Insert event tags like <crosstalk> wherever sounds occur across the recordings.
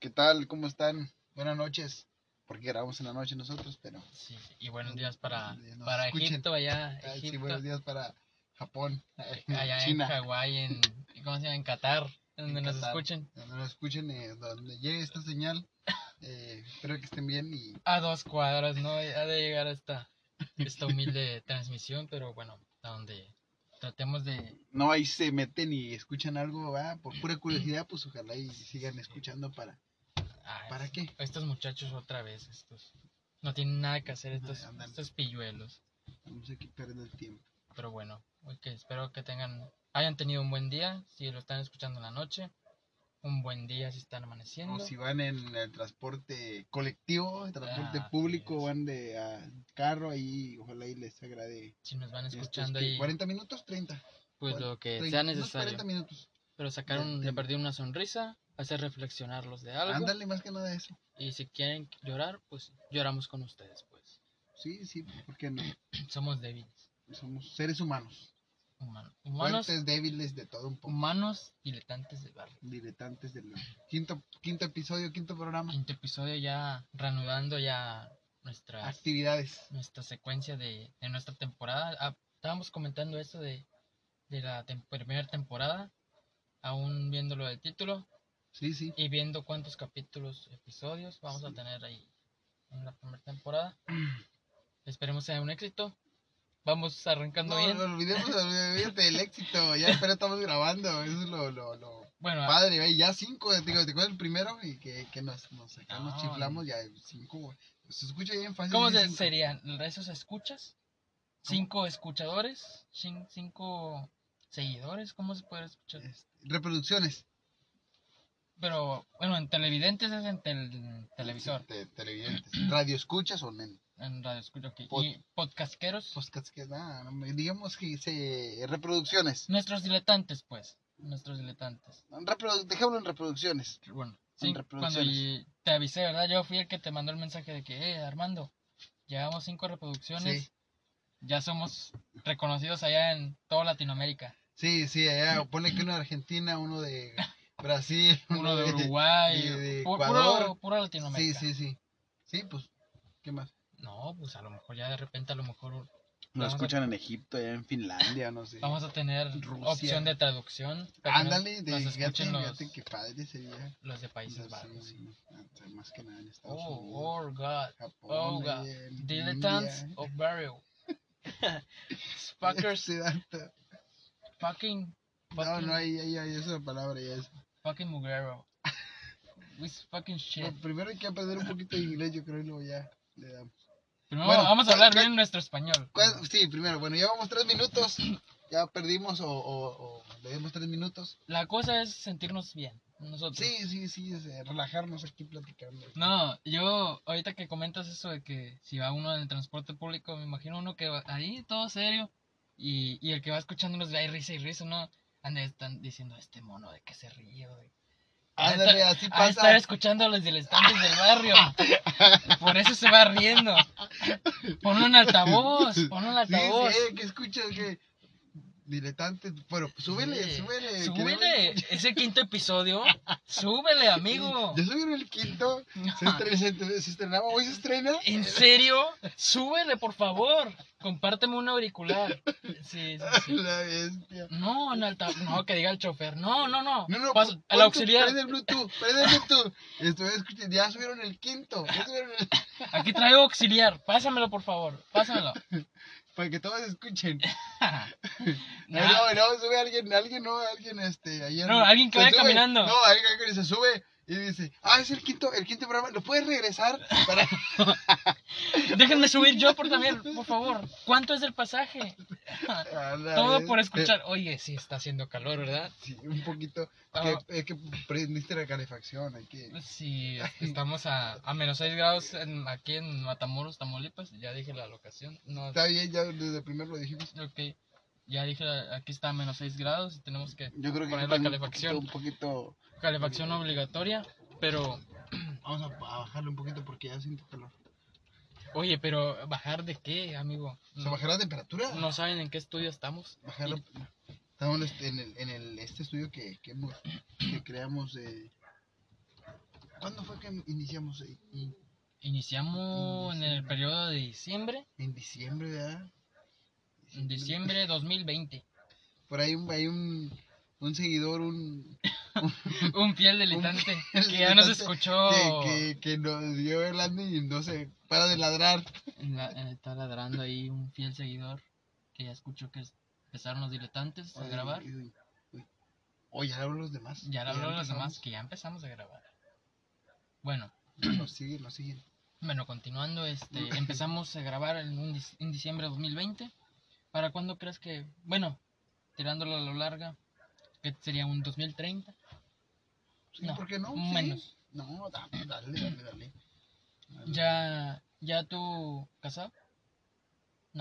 ¿Qué tal? ¿Cómo están? Buenas noches. Porque grabamos en la noche nosotros, pero. Sí, y buenos días para, Buenos días, nos para escuchen. Egipto, allá, Ah, sí, Egipto, eh, buenos días para Japón, <laughs> allá en China. Hawái, en, ¿cómo se llama? En Qatar, donde En nos Qatar. escuchen. Donde nos escuchen, eh, donde llegue esta señal. eh, espero que estén bien y A dos cuadras, ¿no? Ha de llegar esta, <laughs> esta humilde transmisión, pero bueno, a donde tratemos de... no ahí se meten y escuchan algo, ¿va? Por pura curiosidad, pues ojalá y sigan escuchando para. ah, ¿Para qué? Estos muchachos otra vez, estos... No tienen nada que hacer estos, Ándale. estos pilluelos. Vamos aquí perder el tiempo. Pero bueno, ok, espero que tengan, hayan tenido un buen día, si lo están escuchando en la noche. Un buen día si están amaneciendo. O si van en el transporte colectivo, el transporte Ah, público, así es. van de ah, carro, ahí ojalá y les agrade. si nos van estos escuchando que ahí, 40 minutos, 30. pues cuarenta, lo que 30, sea unos necesario. 40 minutos. Pero sacar un, Entiendo. de perdido una sonrisa, hacer reflexionarlos de algo. Ándale, más que nada eso. Y si quieren llorar, pues lloramos con ustedes, pues. <clears throat> Sí, sí, porque no. Somos débiles. Somos seres humanos. Humanos. Humanos, Fuertes, débiles, de todo un poco. humanos diletantes del barrio. Diletantes del quinto, quinto episodio, quinto programa. Quinto episodio ya reanudando ya nuestra, Actividades. nuestra secuencia de, de nuestra temporada. Ah, estábamos comentando esto de, de la primera temporada, aún viendo lo del título. Sí, sí. y viendo cuántos capítulos, episodios vamos a Sí. tener ahí en la primera temporada. <clears throat> Esperemos sea un éxito. Vamos arrancando No, bien. no, olvidemos, olvídate del éxito. Ya, pero estamos grabando. Eso es lo, lo, lo Bueno, a- padre. güey. Ya cinco. Te digo, te acuerdas el primero y que, que nos, nos acá nos No. chiflamos. Ya cinco. güey. Se escucha bien fácil. Ah. ¿cómo sí, se- cinco. serían esos escuchas? Cinco escuchadores, cin- cinco seguidores, ¿cómo se puede escuchar? Este, Reproducciones. Pero bueno, en televidentes es en tel- televisor, Te- televidentes. <clears throat> Radio escuchas o en en radio escucha. ok. Pod- Y podcasqueros, podcasts que nada, no me- digamos que se reproducciones. nuestros diletantes, pues, nuestros diletantes. Reprodu- dejémoslo en reproducciones. Bueno, En sí, cuando reproducciones. y- te avisé, ¿verdad? Yo fui el que te mandó el mensaje de que, eh, Armando, llevamos cinco reproducciones, Sí. ya somos reconocidos allá en <laughs> toda Latinoamérica. Sí, sí, allá pone que uno de Argentina, uno de Brasil, <laughs> Uno de Uruguay, de- de pu- Ecuador. puro, pura Sí, Latinoamérica. sí, sí. Sí, pues, ¿qué más? No, pues a lo mejor ya de repente a lo mejor Lo Vamos a- escuchan en Egipto, allá en Finlandia, no sé. vamos a tener Rusia. opción de traducción. para que no- Ándale, de, nos fíjate, escuchen los, fíjate qué padre sería. los de Países Sí, Bajos. sí, sí. Más que nada en Estados Unidos. Oh, oh, God. Japón, oh, God. ahí en Dilettantes India. of <laughs> Barrio. Fuckers. Sí, tanto. Fucking. No, fucking- no, ahí, ahí, ahí, esa palabra ya es. Fucking mugrero. <laughs> This fucking shit. Bueno, primero hay que aprender un poquito de inglés, yo creo, y luego ya le damos. Primero bueno, vamos a ¿cuál- hablar cuál- bien nuestro español. ¿Cuál- Pues, Sí, primero, bueno, llevamos tres minutos, ya perdimos o, o, o le dimos tres minutos. La cosa es sentirnos bien. Nosotros. Sí, sí, sí, es, eh, relajarnos aquí platicando. No, yo ahorita que comentas eso de que si va uno en el transporte público, me imagino uno que va ahí todo serio y, y el que va escuchando los ve ahí risa y risa, ¿no? Ande, están diciendo este mono de que se ríe, güey. Ándale, Ah, así A estar pasa. escuchando a los diletantes <laughs> del barrio. Por eso se va riendo. Pon un altavoz, pon un Sí, altavoz. sí, que escuchas que... Diletante, pero súbele, Sí. súbele. Súbele, es el quinto episodio. Súbele, amigo. ¿Ya subieron el quinto? ¿Se, Ah. estre- se estre- se estrenaba? ¿Hoy se estrena? ¿En serio? Súbele, por favor. Compárteme un auricular. Sí, sí, sí. <laughs> La bestia. No, en alta. No, que diga el chofer. No, no, no. No, no, Paso- pon- pon al tu- auxiliar. Prende el Bluetooth, prende el Bluetooth. Estuve escuchando, ya subieron el quinto. Ya subieron el... Aquí traigo auxiliar. Pásamelo, por favor. <laughs> Pásamelo. Para que todos escuchen. No, Nah. no, no, sube alguien, alguien, no, alguien, este, ahí en- Ah. No, alguien que se vaya sube. caminando. No, alguien, alguien se sube y dice, ah, es el quinto, el quinto programa, ¿lo puedes regresar? <laughs> Para... Déjenme subir yo por también, por favor. ¿Cuánto es el pasaje? A eh, la Todo vez. eh, por escuchar. Oye, sí está haciendo calor, ¿verdad? Sí, un poquito, Ah. que- es que prendiste la calefacción, hay que... <laughs> Sí, este, estamos a, a menos 6 grados en- aquí en Matamoros, Tamaulipas. Ya dije la locación. No, Está bien, ya desde el primero lo dijimos. ok. Ya dije, aquí está a menos 6 grados y tenemos que Yo creo que yo Poner la también calefacción. Un poquito, calefacción obligatoria. Pero, un poquito- vamos a, a bajarle un poquito porque ya siento calor. oye, pero ¿bajar de qué, amigo? O sea, No, bajar la temperatura. Mm. no saben en qué estudio estamos. Bajar la... Estamos en este- en el, en el- este estudio que, que, hemos- que creamos, eh, ¿Cuándo fue que iniciamos? eh? In- Iniciamos en el Diciembre. periodo de diciembre, En diciembre, ¿verdad? en diciembre <laughs> de 2020. Por ahí un, hay un, un seguidor, un Un fiel delitante fiel que ya nos delitante escuchó. que, que, que nos dio el Andy y no se para de ladrar. en la- en- está ladrando ahí un fiel seguidor que ya escuchó que es- empezaron los diletantes a Oye, grabar. uy, uy, uy. O ya hablan los demás. Ya le habló a los demás empezamos. que ya empezamos a grabar. Bueno, <clears throat> Nos siguen, nos siguen. bueno, continuando, <laughs> este, empezamos a grabar en, un dic- en diciembre de 2020. ¿Para cuándo crees que, bueno, tirándolo a lo larga, que sería un 2030? Sí, No, ¿Por qué no? Sí. menos. No, da- dale, dale, dale. ¿Ya, ya tú casado?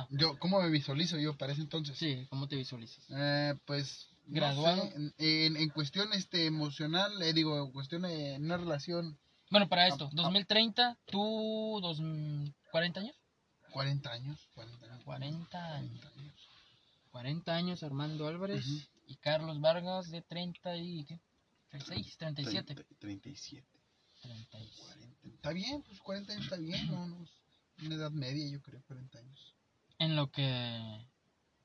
Yo, ¿Cómo me visualizo yo para ese entonces? Sí, ¿cómo te visualizas? Eh, pues. no Graduado. sé, en- en, en cuestión este, emocional, eh, digo, en cuestión de una relación, Bueno, para esto, Ah, ah. 2030, tú, dos, mm, ¿40 años? 40 años. 40 años. 40 años. 40 años. 40 años Armando Álvarez Ujú. y Carlos Vargas de 30 y... ¿qué? 36, 37. 30, 37. 36. 40. Está bien, pues 40 años está bien, no, no. es Una edad media, yo creo, 40 años. En lo que.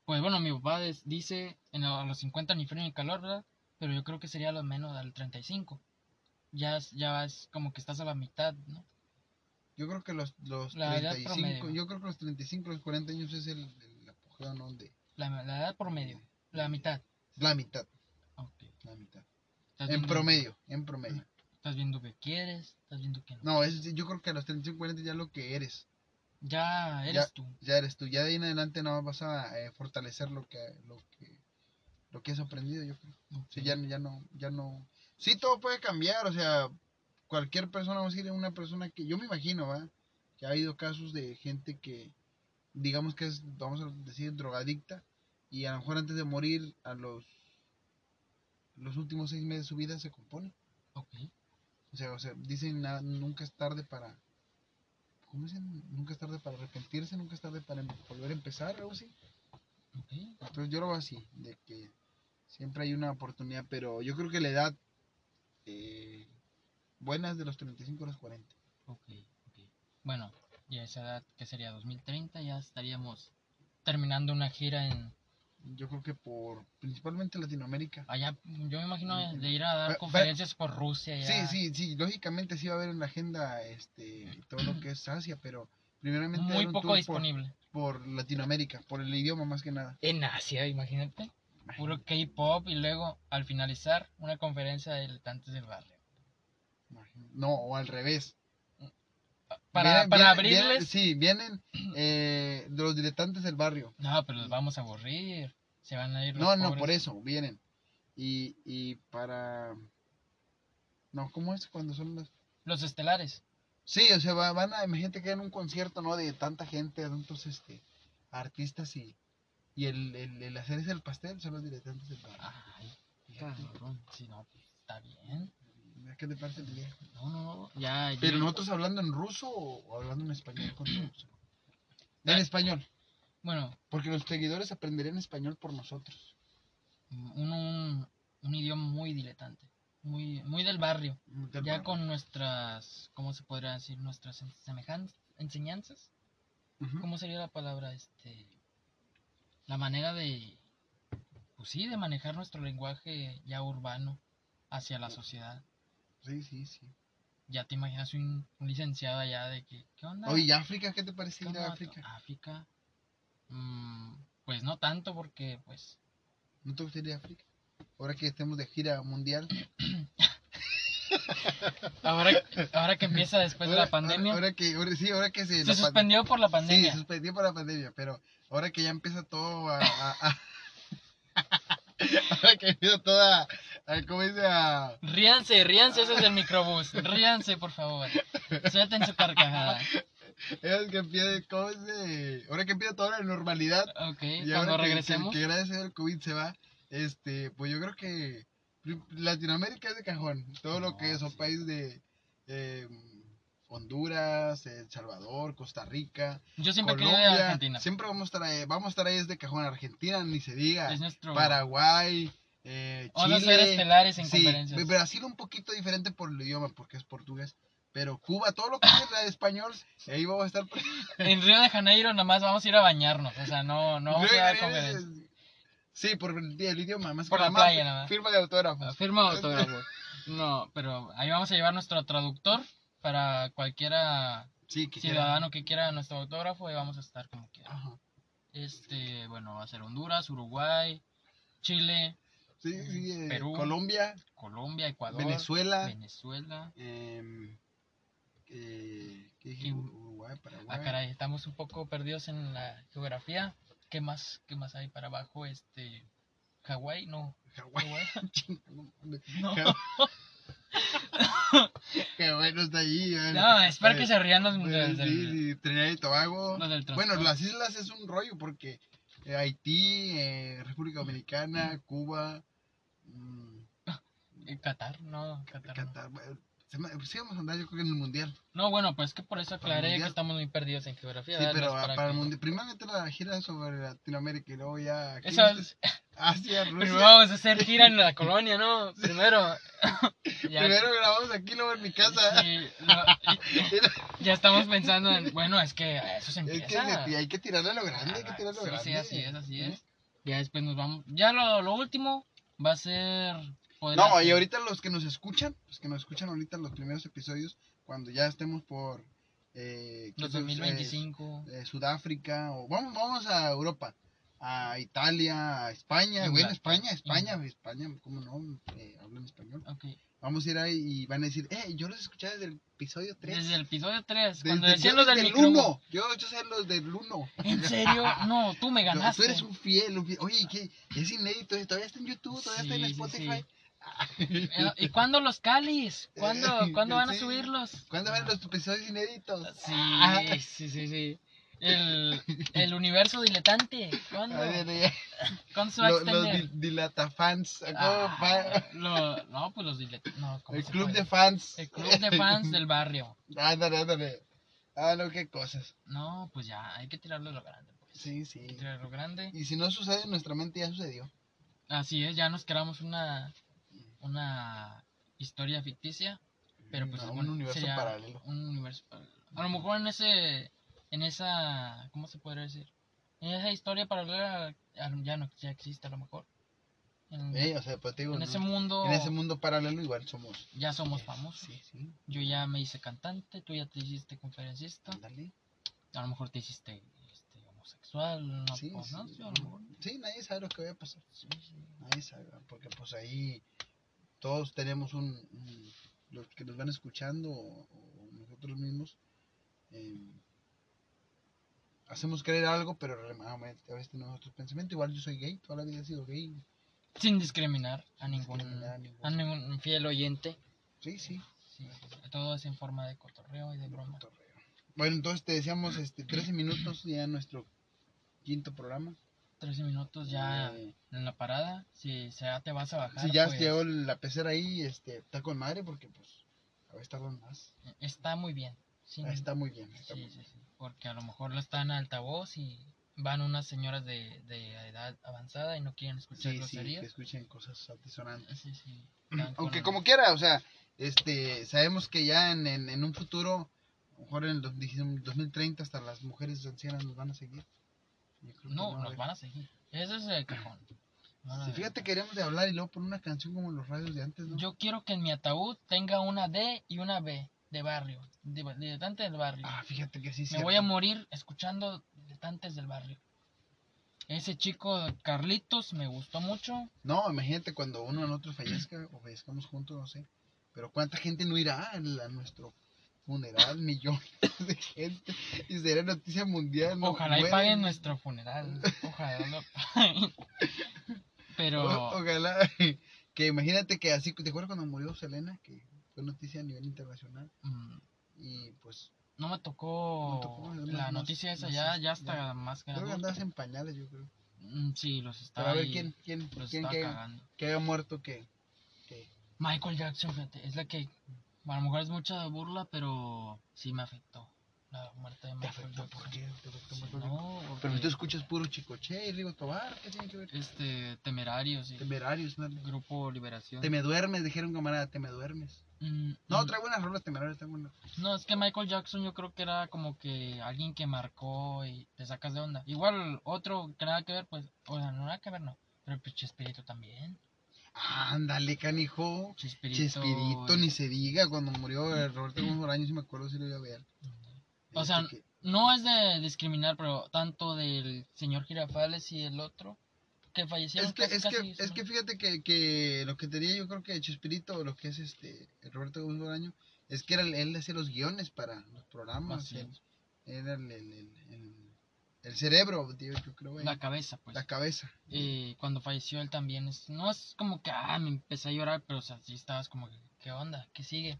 Pues bueno, mi papá des- dice en lo- a los 50 ni frío ni calor, ¿verdad? Pero yo creo que sería lo menos al 35. Ya, es- ya vas como que estás a la mitad, ¿no? Yo creo que los, los La edad 35, promedio. yo creo que los 35, los 40 años es el, el apogeo, ¿no? De, La, la edad promedio, la mitad. la mitad, Ok. la mitad. Estás En viendo- promedio, en promedio. Estás viendo que quieres, estás viendo que no. No, es, yo creo que a los 35, 40 ya lo que eres. Ya eres tú. ya eres tú. Ya de ahí en adelante no vas a eh, fortalecer lo que, lo que lo que has aprendido, yo creo. Ok. Sí, ya, ya no, ya no. Sí, todo puede cambiar, o sea, cualquier persona, vamos a decir, una persona que, yo me imagino, ¿va? Que ha habido casos de gente que, digamos que es, vamos a decir, drogadicta, y a lo mejor antes de morir, a los, los últimos seis meses de su vida se compone. Ok. O sea, o sea dicen, "Na- nunca es tarde para... ¿Cómo dicen? Nunca es tarde para arrepentirse, nunca es tarde para em- volver a empezar, algo así. ok. Entonces yo lo veo así, de que siempre hay una oportunidad, pero yo creo que la edad eh, buena es de los 35 a los 40. Ok, ok. Bueno, y a esa edad, que sería 2030, ya estaríamos terminando una gira en. Yo creo que por principalmente Latinoamérica. Allá, yo me imagino Ujú. de ir a Ve- dar ve- conferencias por Rusia. Sí, Ya. sí, sí, lógicamente sí va a haber en la agenda este todo lo que es Asia, pero primeramente Muy dar un poco tour disponible. por, por Latinoamérica, por el idioma más que nada. En Asia, imagínate. Puro K-pop y luego al finalizar una conferencia de diletantes del barrio. Imagino. No, o al revés. Para, Vienen- para vienen- vienen- abrirles. sí, vienen <clears throat> eh, de los diletantes del barrio. No, pero los vamos a aburrir. Se van a ir los No, no, pobres. por eso, vienen. Y, y para... No, ¿cómo es cuando son las...? Los estelares. Sí, o sea, va- van a... Imagínate que en un concierto, ¿no? De tanta gente, de tantos este, artistas y... Y el, el, el hacer es el pastel, son los diletantes del barrio. Ay, Fíjate. cabrón. Si no, pues, está bien. Mira que de parte de ella. No, no, no. Ya, Pero ya- nosotros hablando en ruso o hablando en español con todos. <clears throat> En español, Bueno, porque los seguidores aprenderían español por nosotros. un, un, un idioma muy diletante. Muy, muy del barrio. Ya con nuestras, ¿cómo se podría decir? Nuestras en- semejan- enseñanzas. Ujú. ¿Cómo sería la palabra? Este. La manera de. Pues sí, de manejar nuestro lenguaje ya urbano hacia la sociedad. Sí, sí, sí. Ya te imaginas un, un licenciado allá de que. ¿Qué onda? Oye, ¿y África? ¿Qué te parece ¿Qué ir onda, a vato? África? África. Mm, pues no tanto, porque pues. ¿No te gustaría ir a África? Ahora que estemos de gira mundial. Ahora, ahora que empieza después de <laughs> Ahora- la pandemia. Ahora, ahora que, ahora- sí, ahora que se... se la pan- suspendió por la pandemia. Sí, suspendió por la pandemia, pero ahora que ya empieza todo a... a- a- <laughs> ahora que empieza todo a... a- ¿Cómo dice? A... Ríanse, ríanse, ese es el microbús. Ríanse, por favor. Suelten su carcajada. es que empieza, ¿cómo dice? Ahora que empieza toda la normalidad. Ok, y cuando ahora que- que- regresemos. Que, gracias al COVID se va. Este, pues yo creo que pri- Latinoamérica es de cajón. Todo lo No, que son sí. países de... eh, Honduras, El Salvador, Costa Rica, Yo siempre quería ir a Colombia, Argentina. Siempre vamos a estar ahí, vamos a estar ahí desde cajón. Argentina, ni se diga. Es nuestro. Paraguay, eh, Van a ser Chile, estelares en Sí, conferencias. Brasil un poquito diferente por el idioma, porque es portugués. Pero Cuba, todo lo que es la de español, ahí vamos a estar. pre- En Río de Janeiro nada más vamos a ir a bañarnos. O sea, no, no vamos a ir a conferencias. Sí, por el, el idioma, más que Por la nada más, playa, nada más. Firma de autógrafos. Firma autógrafo. No, pero ahí vamos a llevar nuestro traductor para cualquiera Sí, que ciudadano que quiera nuestro autógrafo y vamos a estar como quiera. Ajá. Este, bueno, va a ser Honduras, Uruguay, Chile, Sí, sí, eh, Perú, Colombia, Colombia, Ecuador, Venezuela, Venezuela. em, eh, ¿qué dije? Y- Uruguay, Paraguay. Ah, caray, estamos un poco perdidos en la geografía. ¿Qué más, qué más hay para abajo? Este, Hawái, no. Hawái, <laughs> Hawái. chinga, no mames. No. <laughs> Hawái no está allí. eh. No, es para que Eh, se rían los, eh, del- sí, del- sí, Trinidad y Tobago. los del Bueno, transporte. las islas es un rollo porque eh, Haití, eh, República Dominicana, Cuba, mm, Eh, Qatar, no, Qatar. no. Qatar. bueno, se me- Sí, vamos a andar yo creo que en el mundial. No, bueno, pues es que por Para eso el aclaré que mundial. estamos muy perdidos en geografía. Sí, ¿verdad? pero No es ah, para para el que- mundial. Primeramente la gira sobre Latinoamérica y luego ya. aquí "Ah, Eso es- <laughs> Asia, Rusia. primero vamos a hacer gira en <laughs> la colonia, ¿no? Primero. Ya- Primero grabamos aquí, luego en mi casa. sí, lo- y- ya estamos pensando en, bueno, es que a eso <laughs> se Es empieza. que le- hay que tirarle a lo grande, hay que Ah, tirarle a lo sí, grande. sí, así es, así ¿Eh? es. Ya después nos vamos. Ya lo, lo último va a ser. pues, poder No, hacer- y ahorita los que nos escuchan, los que nos escuchan ahorita los primeros episodios, cuando ya estemos por... Eh, ¿qué Los te gusta? Eh, 2025. eh, Sudáfrica, o vamos, vamos a Europa, a Italia, a España, bueno, Inglaterra. España, España, España, ¿cómo no? Eh, hablan español. Ok. Vamos a ir ahí y van a decir, eh, yo los escuché desde el episodio 3. Desde el episodio 3, Desde- cuando yo decían los desde del el micrófono. 1, yo, yo sé los del 1. ¿En <laughs> serio? No, tú me No, ganaste. tú eres un fiel, un fiel. Oye, ¿qué? es inédito, ¿eh? todavía está en YouTube, todavía está en Sí, sí, Spotify. Eh, ¿Y cuándo los calis? ¿Cuándo, Eh, ¿cuándo van a sí. subirlos? ¿Cuándo van los episodios inéditos? Ah, Ah. Sí, sí, sí, sí. El, el universo diletante. ¿Cuándo? a ver, eh, ¿Cuándo se va a lo- los extender? di- dilatafans. ¿cómo Ah, va? lo- no, pues los diletantes. No, ¿cómo El se club puede? de fans. El club de <laughs> fans del barrio. Ándale, ándale. Ah, no, qué cosas. No, pues ya, hay que tirarlo a lo grande. Pues. Sí, Hay que sí. tirarlo a lo grande. Y si no sucede en nuestra mente, ya sucedió. Así es, ya nos creamos una, una historia ficticia. Pero pues No, es un bueno, universo sería paralelo. Un universo paralelo. A lo mejor en ese en esa ¿cómo se podría decir? En esa historia paralela a lo- ya no ya existe a lo mejor. En, Eh, o sea, pues te digo, en ¿no? ese mundo en ese mundo paralelo igual somos. ya somos eh, famosos. Sí, sí. Yo ya me hice cantante, tú ya te hiciste conferencista, Ándale. a lo mejor te hiciste este, homosexual, no, Sí, pues, no, sí. sí, a lo mejor. Sí, nadie sabe lo que va a pasar. Sí, sí. Nadie sabe, ¿verdad? porque pues ahí todos tenemos un, un- los que nos van escuchando o, o nosotros mismos eh, hacemos creer algo, pero realmente a veces tenemos otros pensamientos. Igual yo soy gay, toda la vida he sido gay. Sin discriminar a Sin ningún, discriminar a ningún- a ningún fiel oyente. Sí, sí. Sí, todo es en forma de cotorreo y de broma. cotorreo. Bueno, entonces te decíamos este 13 minutos ya nuestro quinto programa. 13 minutos Pues ya Eh, en la parada. Si sea, te vas a bajar. si ya pues, llegó la pecera ahí, este, está con madre porque pues a veces tardan más. Está muy bien. sí, Ah, Está muy bien. sí, Está muy sí, bien. sí, Porque a lo mejor lo están en altavoz y van unas señoras de, de edad avanzada y no quieren Sí, sí, escuchar que ¿Pues groserías. escuchen cosas altisonantes. <clears throat> <clears throat> Sí, sí, están con- Aunque como quiera, o sea, este, sabemos que ya en, en, en un futuro, a lo mejor en el dos- dije- 2030 hasta las mujeres ancianas nos van a seguir. Yo creo que No, van a nos ver. van a seguir. Ese es el cajón. Van a Sí, ver. fíjate que queríamos de hablar y luego poner una canción como los radios de antes, ¿no? Yo quiero que en mi ataúd tenga una D y una B de barrio. De, diletante del barrio. Ah, fíjate que sí, Me cierto. voy a morir escuchando diletantes del barrio. Ese chico Carlitos me gustó mucho. No, imagínate cuando uno en otro fallezca o fallezcamos juntos, no sé. Pero cuánta gente no irá a, la- a nuestro funeral, <laughs> millones de gente. Y será noticia mundial. ¿no? Ojalá y Mueren. paguen <laughs> nuestro funeral. Ojalá lo paguen. O- Pero ojalá. <laughs> Que imagínate que así, ¿te acuerdas cuando murió Selena? Que fue noticia a nivel internacional. mm, Y pues, no me tocó, No tocó, es la más- noticia más- esa. más Ya, es- ya está más creo que grande. andabas en pañales, yo creo. Sí, los Pero está a ver ahí- quién, quién, los quién pues está que, cagando. que haya muerto que. que- Michael Jackson, fíjate, es la que a lo mejor es mucha burla, pero sí me afectó. La muerte de Te Michael afectó, ¿por Jackson. qué? Te afectó Sí, Michael Jackson. no, porque, Pero tú escuchas puro Chicoche y Rigo Tobar, ¿qué tiene que ver? Este, temerarios y Temerarios, ¿no? Grupo Liberación. Te me duermes, dijeron camarada, te me duermes. Mm, No, mm. trae buenas rolas temerarias, trae buenas. No, es que Michael Jackson yo creo que era como que alguien que marcó y te sacas de onda. Igual otro que nada que ver, pues, o sea, no nada que ver, no. Pero pues Chespirito también. Ándale, canijo. Chespirito. Chespirito, ni se diga, cuando murió el Roberto Gómez Bolaños, sí me acuerdo si lo iba a ver. O Este sea, que- No es de discriminar, pero tanto del señor Girafales y el otro que fallecieron. es que, casi, es que, casi, es que fíjate que, que lo que tenía yo creo que Chespirito, lo que es este, el Roberto Gómez Bolaño, es que era, el- él hacía los guiones para los programas, Así él- era el, el, el- el- el cerebro, tío, yo creo, eh, la cabeza, pues. la cabeza. Eh, cuando falleció él también. es- no es como que, ah, me empecé a llorar, pero o sea, sí estabas como que, ¿qué onda? ¿Qué sigue?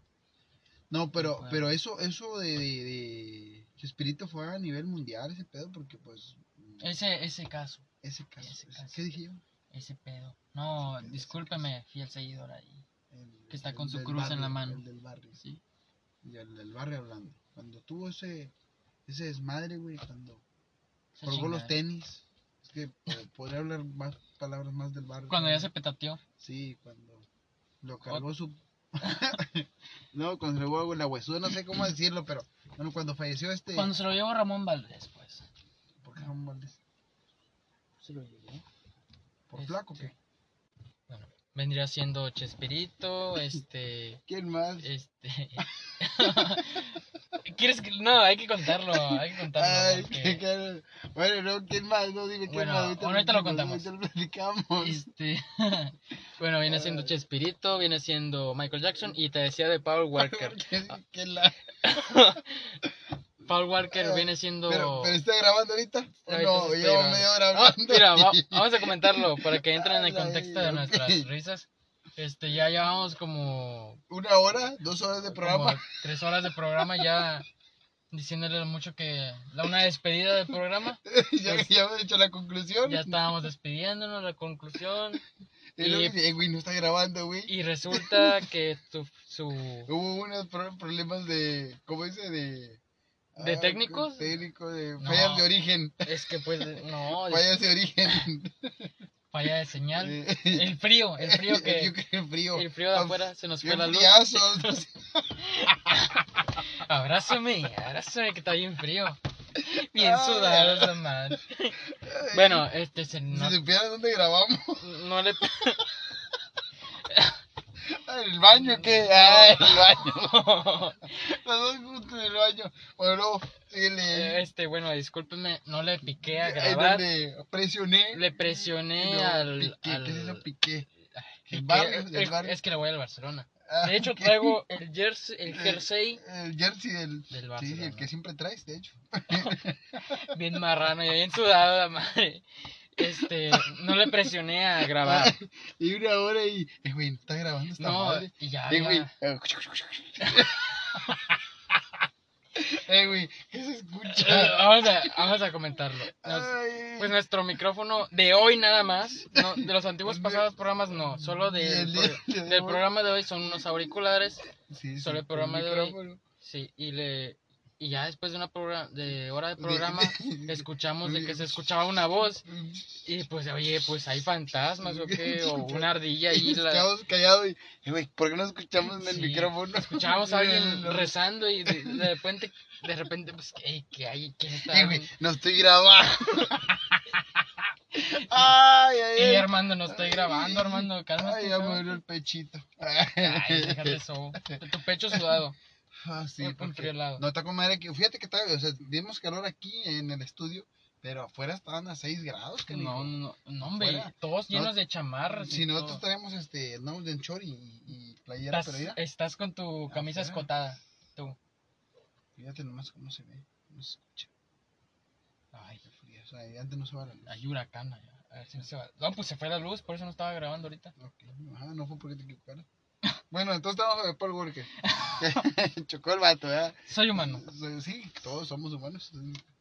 No, pero, Bueno. pero eso, eso de, de, de Chespirito fue a nivel mundial ese pedo, porque pues Ese, ese caso. ese caso, Eh, ese ese- caso. ¿qué dije yo? Ese pedo. No, Ese pedo, discúlpeme, fiel seguidor ahí. El- Que está el con su del cruz en barrio, la mano. El del barrio, Sí. y el del barrio hablando. Cuando tuvo ese, ese desmadre, güey, cuando esa colgó los chingadera. tenis, es que po- podría hablar más palabras más del barrio. Cuando ya se todavía. petateó. Sí, cuando lo cargó su... <laughs> no, cuando se lo llevó la huesuda, no sé cómo decirlo, pero bueno, cuando falleció este... Cuando se lo llevó Ramón Valdés, pues. ¿Por qué Ramón Valdés? Se lo llevó. ¿Por Este- flaco o qué? Vendría siendo Chespirito, este. ¿Quién más? Este. <laughs> ¿Quieres que.? No, hay que contarlo. Hay que contarlo. Ay, porque, qué caro. Bueno, no, ¿quién más? No, dime quién Bueno, más. ahorita lo platicamos, contamos. Ahorita lo platicamos. <laughs> Este. <laughs> bueno, viene siendo Ay. Chespirito, viene siendo Michael Jackson y te decía de Paul Walker. Ah. Qué- qué la- Paul Walker Ay, viene siendo. Pero, pero está grabando ahorita. ¿O Ahorita no, se está llevo grabando. media hora Ah, hablando. mira, va- y- vamos a comentarlo para que entren en el Ay, contexto de ok. nuestras risas. Este, ya llevamos como Una hora, dos horas de programa. <laughs> como tres horas de programa ya diciéndole mucho que la una despedida del programa. ya, ya hemos hecho la conclusión. Ya estábamos despidiéndonos, la conclusión. Y luego y- dice, eh, güey, no está grabando, güey. Y resulta que tu- su... Hubo unos pro- problemas de. ¿Cómo dice? De. ¿De técnicos? Técnicos, de No. fallas de origen. Es que pues, no, es Fallas de origen. falla de señal. Eh, <laughs> El frío, el frío El que... frío, el frío. El frío de afuera se nos fue Bien la luz. friazos, no sé. Abrázame, abrázame que está bien frío. Bien sudado esa madre. Bueno, este, se- <laughs> no, Si supieran dónde grabamos, <laughs> no le... en el baño, ¿qué? Ah, en el baño. Los dos juntos en el baño. Bueno, luego, síguele. Eh, Este, bueno, discúlpeme, no le piqué a Ahí grabar. donde presioné. Le presioné al... piqué, al- ¿Qué es eso, piqué? piqué- El barrio, del es- barrio. Es que le voy al Barcelona. Ah, De hecho, traigo el jersey, el jersey El jersey del... del Sí, Barcelona. el que siempre traes, de hecho. Bien marrano y bien sudado la madre. Este, no le presioné a grabar. Y una hora y... Eh, güey, ¿no está grabando esta No, madre? y ya, Eh, güey. ya. eh, <laughs> Eh, güey, ¿qué se escucha? <laughs> Vamos a, vamos a comentarlo. Nos- Ay. pues nuestro micrófono de hoy nada más, no, de los antiguos pasados programas no, solo del, Del día de pro- del hoy. programa de hoy son unos auriculares, Sí, solo sí, el programa de hoy. micrófono. sí, y le y ya después de una progra- de hora <laughs> de programa escuchamos de que se escuchaba una voz y pues oye, pues hay fantasmas o qué, <laughs> o una ardilla ahí la, Estábamos callados y, eh, güey, ¿por qué no escuchamos en el Sí. micrófono? Escuchábamos a <laughs> alguien No. rezando y de, de repente, de repente, pues, ¿qué, qué hay? ¿Quién está? Eh, güey, no estoy grabando. <laughs> ay, ay, Ey, ay. Armando, no estoy grabando, Armando, Ay, cálmate. ya me cabrón. duele el pechito. Ay, déjate eso. De tu pecho sudado. <laughs> Ah, <laughs> sí, Un- un porque frío helado. No está con madre que. Fíjate que está, o sea, dimos calor aquí en el estudio, pero afuera estaban a 6 grados, que No, no, no, hombre, Fuera. todos No, llenos de chamarras. y Si nosotros todo. tenemos este, no, de chori y, y playera, estás, eh pero mira, estás con tu camisa Afuera. escotada, tú. fíjate nomás cómo se ve, cómo se escucha. Ay, Qué frío, o sea, y antes no se va la luz. hay huracán allá. A ver si no se va. No, pues se fue la luz, por eso no estaba grabando ahorita. Ok, ajá, no fue porque te equivocaras. <laughs> Bueno, entonces estamos de Paul Walker. <laughs> Chocó el vato, ¿verdad? Soy humano. Sí, Sí, todos somos humanos.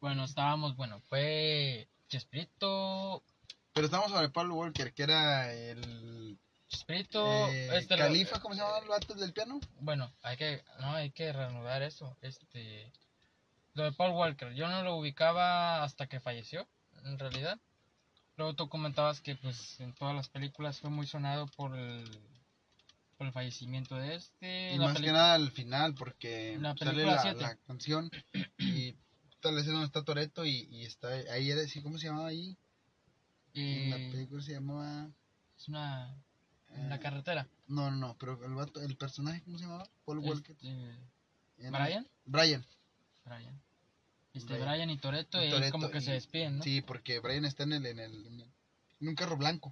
Bueno, estábamos, bueno, fue Chespirito, Pero estamos sobre Paul Walker, que era el. Chespirito, eh, este... Califa, ¿cómo se llama el vato del piano? Bueno, hay que, no, hay que reanudar eso. Este, Lo de Paul Walker, yo no lo ubicaba hasta que falleció, en realidad. Luego tú comentabas que pues en todas las películas fue muy sonado por el, por el fallecimiento de este. Y la más peli- que nada al final, porque La sale película la, siete. la canción y tal vez es donde está Toreto y, y está ahí, era, sí, ¿cómo se llamaba ahí? y La película se llamaba... eh, es una... En eh, la carretera. No, no, no, pero el, vato- el personaje, ¿cómo se llamaba? Paul Walker. Este, Era- ¿Brian? Brian. Brian. Este, Brian. Brian, y Toreto, Y y Toretto, como que se y- despiden, ¿no? Sí, porque Brian está en el, en el, en un carro blanco.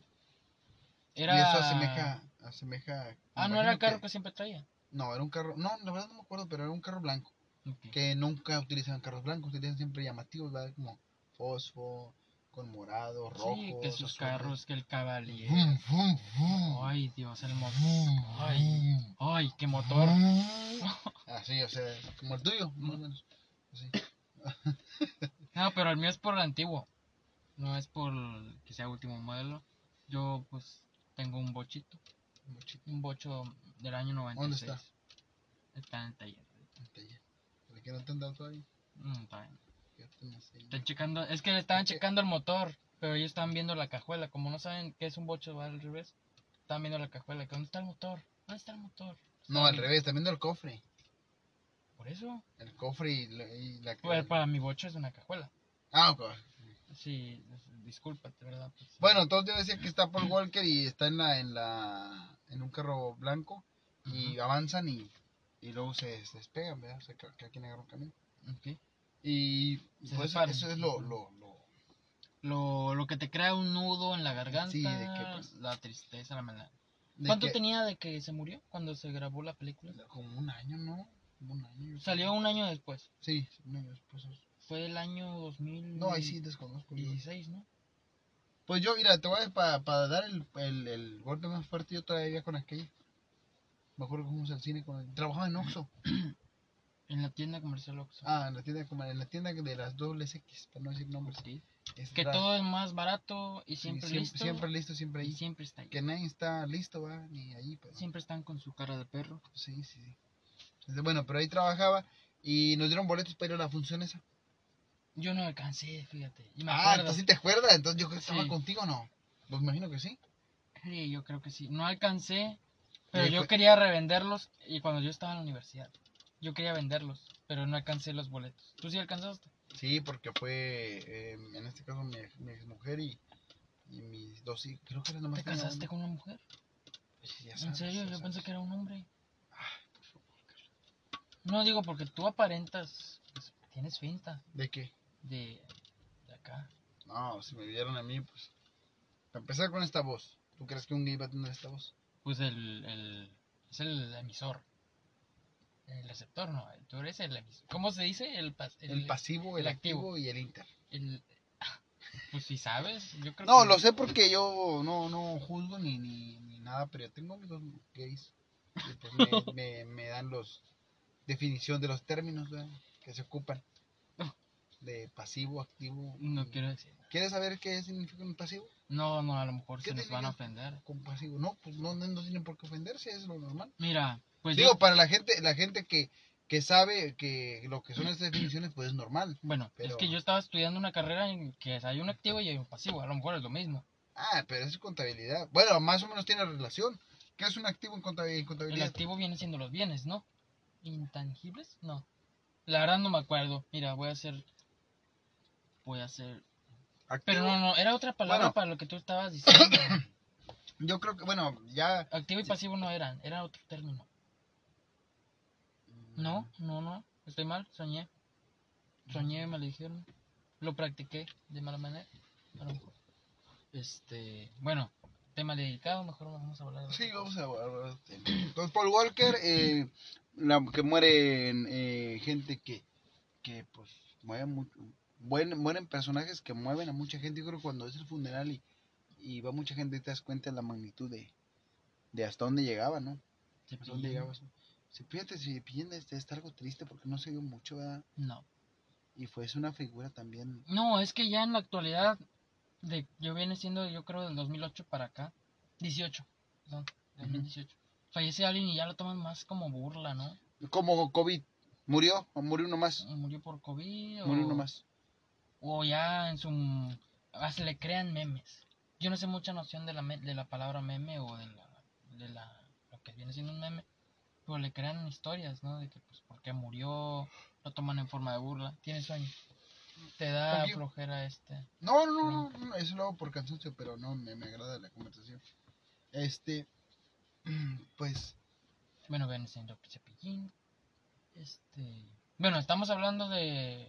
Era... Y eso asemeja, asemeja. Ah, no era el imagino carro que- que siempre traía. No, era un carro, no, la verdad no me acuerdo, pero era un carro blanco. Ok. Que nunca utilizan carros blancos, utilizan siempre llamativos, ¿verdad? Como fosfo, con morado, rojo. Sí, que sus azules. carros, que el caballero. Vum, vum, vum, Ay, Dios, el motor. vum, ay, vum, Ay, qué motor. vum. <laughs> Así, o sea, como el tuyo, más o menos. Así. No, pero el mío es por el antiguo. No es por que sea último modelo. Yo, pues, tengo un bochito. Un bocho del año 96. ¿Dónde Está en el taller. Este, ¿Por qué no te han dado todavía? Mm, está bien. Ya te nací. Están checando, es que le estaban Ok. checando el motor, pero ellos estaban viendo la cajuela. Como no saben qué es un bocho, va al revés. Estaban viendo la cajuela. que, ¿Dónde está el motor? ¿Dónde está el motor? No, al revés, también del cofre. Por eso. El cofre y la. y la- Pues, para mi bocho es una cajuela. Ah, ok. Sí, es- discúlpate, ¿verdad? Pues, Bueno, entonces yo decía que está Paul Walker y está en la, en la, en un carro blanco y avanzan y, y luego se, se despegan, ¿verdad? O sea, que, que quien agarra un camino. ok. Y Se pues, separan. eso es lo, lo, lo- Lo, lo que te crea un nudo en la garganta, Sí, de que, pues, la tristeza, la mala. de ¿Cuánto que- tenía de que se murió cuando se grabó la película? Como un año, ¿no? Como un año. yo Salió creo. un año después. Sí, un año después. Fue el año 2016, No, ahí sí desconozco. yo. ¿no? Pues yo, mira, te voy a para dar el, el, el golpe más fuerte, yo todavía con aquella. Me acuerdo que fuimos al cine con Trabajaba en Oxxo. En la tienda comercial Oxxo. Ah, en la tienda, como en la tienda de las dobles X, para no decir nombres. Sí. Es Que ra- todo es más barato y sí, siempre siempre listo. Siempre listo, siempre y ahí. siempre está ahí. Que nadie está listo, va, ni ahí, pero. Siempre están con su cara de perro. Sí, sí, sí. Entonces, bueno, pero ahí trabajaba y nos dieron boletos para ir a la función esa. Yo no alcancé, fíjate. Y me Ah, acuerdo. entonces sí te acuerdas, entonces yo creo que estaba Sí. contigo, ¿no? Pues imagino que sí. Sí, yo creo que sí. No alcancé, pero Y yo fue- quería revenderlos y cuando yo estaba en la universidad. Yo quería venderlos, pero no alcancé los boletos. ¿Tú sí alcanzaste? Sí, porque fue, eh, en este caso, mi, mi exmujer y, y mis dos hijos. Creo que era nomás ¿Te tenía casaste uno. con una mujer? Sí, ya ¿En sabes, serio? ya Yo pensé sabes. que era un hombre. Ay, por favor, Carlos. No digo porque tú aparentas, pues, tienes finta ¿De qué? de, de acá. No, si me vieron a mí, pues. Para empezar con esta voz, ¿tú crees que un gay va a tener esta voz? Pues el, el es el emisor. El receptor, no, tú eres el emisor. ¿Cómo se dice? El, pas- El, pasivo, el, el activo. activo. y el inter. el- <laughs> pues si sabes, yo creo No, que- lo sé porque yo no, no juzgo ni, ni, ni nada, pero yo tengo amigos gays y pues me, <laughs> me, me dan los definición de los términos ¿verdad? que se ocupan de pasivo, activo. Mm. No quiero decir. ¿Quieres saber qué significa un pasivo? No, no, a lo mejor ¿Qué se te nos van a digo? ofender. Con pasivo, no, pues no, no, no tienen por qué ofenderse, es lo normal. Mira, pues Digo, yo- para la gente, la gente que, que sabe que lo que son estas definiciones, pues es normal. bueno, pero- es que yo estaba estudiando una carrera en que hay un activo y hay un pasivo, a lo mejor es lo mismo. Ah, pero es contabilidad. Bueno, más o menos tiene relación. ¿Qué es un activo en contabi- en El contabilidad? activo viene siendo los bienes, ¿no? ¿Intangibles? No. La verdad no me acuerdo. Mira, voy a hacer... Voy a hacer... Pero no, no, era otra palabra Bueno. para lo que tú estabas <coughs> diciendo. Yo creo que, bueno, ya. activo y pasivo no eran, era otro término. No, no, no, estoy mal, soñé. Soñé, me lo dijeron. Lo practiqué de mala manera. a lo mejor. Este, bueno, tema dedicado, mejor no vamos a hablar de Sí, otra vamos a hablar de este. Entonces, Paul Walker, eh, la que muere eh, gente que, que pues, mueve mucho. buen- mueren personajes que mueven a mucha gente. Yo creo que cuando es el funeral y, y va mucha gente, te das cuenta de la magnitud de, de hasta dónde llegaba, ¿no? cosa. Hasta dónde llegaba. eso. Sí, fíjate, si bien este, está algo triste porque no se vio mucho, ¿verdad? No. Y fue es una figura también. No, es que ya en la actualidad, de, yo viene siendo, yo creo, del 2008 para acá, 18, perdón, 2018. Fallece alguien y ya lo toman más como burla, ¿no? Como COVID. ¿Murió? ¿O murió uno más? ¿Murió por COVID? Murió o, uno más. O ya en su... ah, se le crean memes. Yo no sé mucha noción de la, me- de la palabra meme o de, la, de la, lo que viene siendo un meme. Pero le crean historias, ¿no? De que, pues, ¿por qué murió? Lo toman en forma de burla. Tiene sueño. Te da Oye. flojera este... No, no, no, no, no, eso lo hago por cansancio, pero no me, me agrada la conversación. Este, <clears throat> pues, Bueno, ven siendo Cepillín. Este... Bueno, estamos hablando de...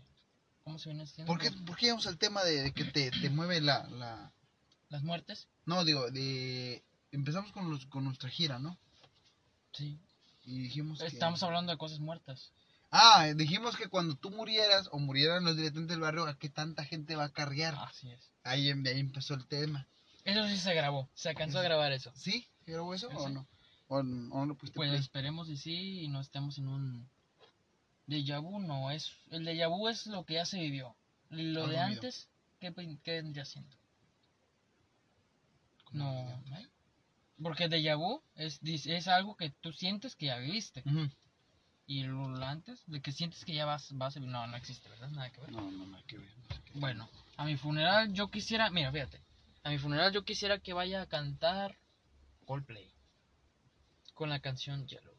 ¿Cómo se viene siendo? ¿por qué, por qué llegamos al tema de, de que te, te mueve la, la... Las muertes. No, digo, de... Empezamos con, los, con nuestra gira, ¿no? Sí. Y dijimos que... Estamos hablando de cosas muertas. Ah, dijimos que cuando tú murieras o murieran los diletantes del barrio, ¿a qué tanta gente va a cargar? Así es. Ahí, em- ahí empezó el tema. Eso sí se grabó. Se alcanzó a Eso- grabar eso. ¿Sí? ¿Se grabó eso o Sí. no? ¿O, o no lo pusiste Pues play? esperemos y sí, y no estemos en un déjà vu, no, es, el déjà vu es lo que ya se vivió. Lo Algo de vivido. antes, ¿qué, pen- qué vendría siendo? No, ¿eh? porque déjà vu es, dis- es algo que tú sientes que ya viviste, Ujú. y lo lo antes, de que sientes que ya vas, vas a vivir, no, no existe, ¿verdad? Nada que ver. No, no, no, qué bien. Bueno, a mi funeral yo quisiera, mira, fíjate, a mi funeral yo quisiera que vaya a cantar Coldplay con la canción Yellow.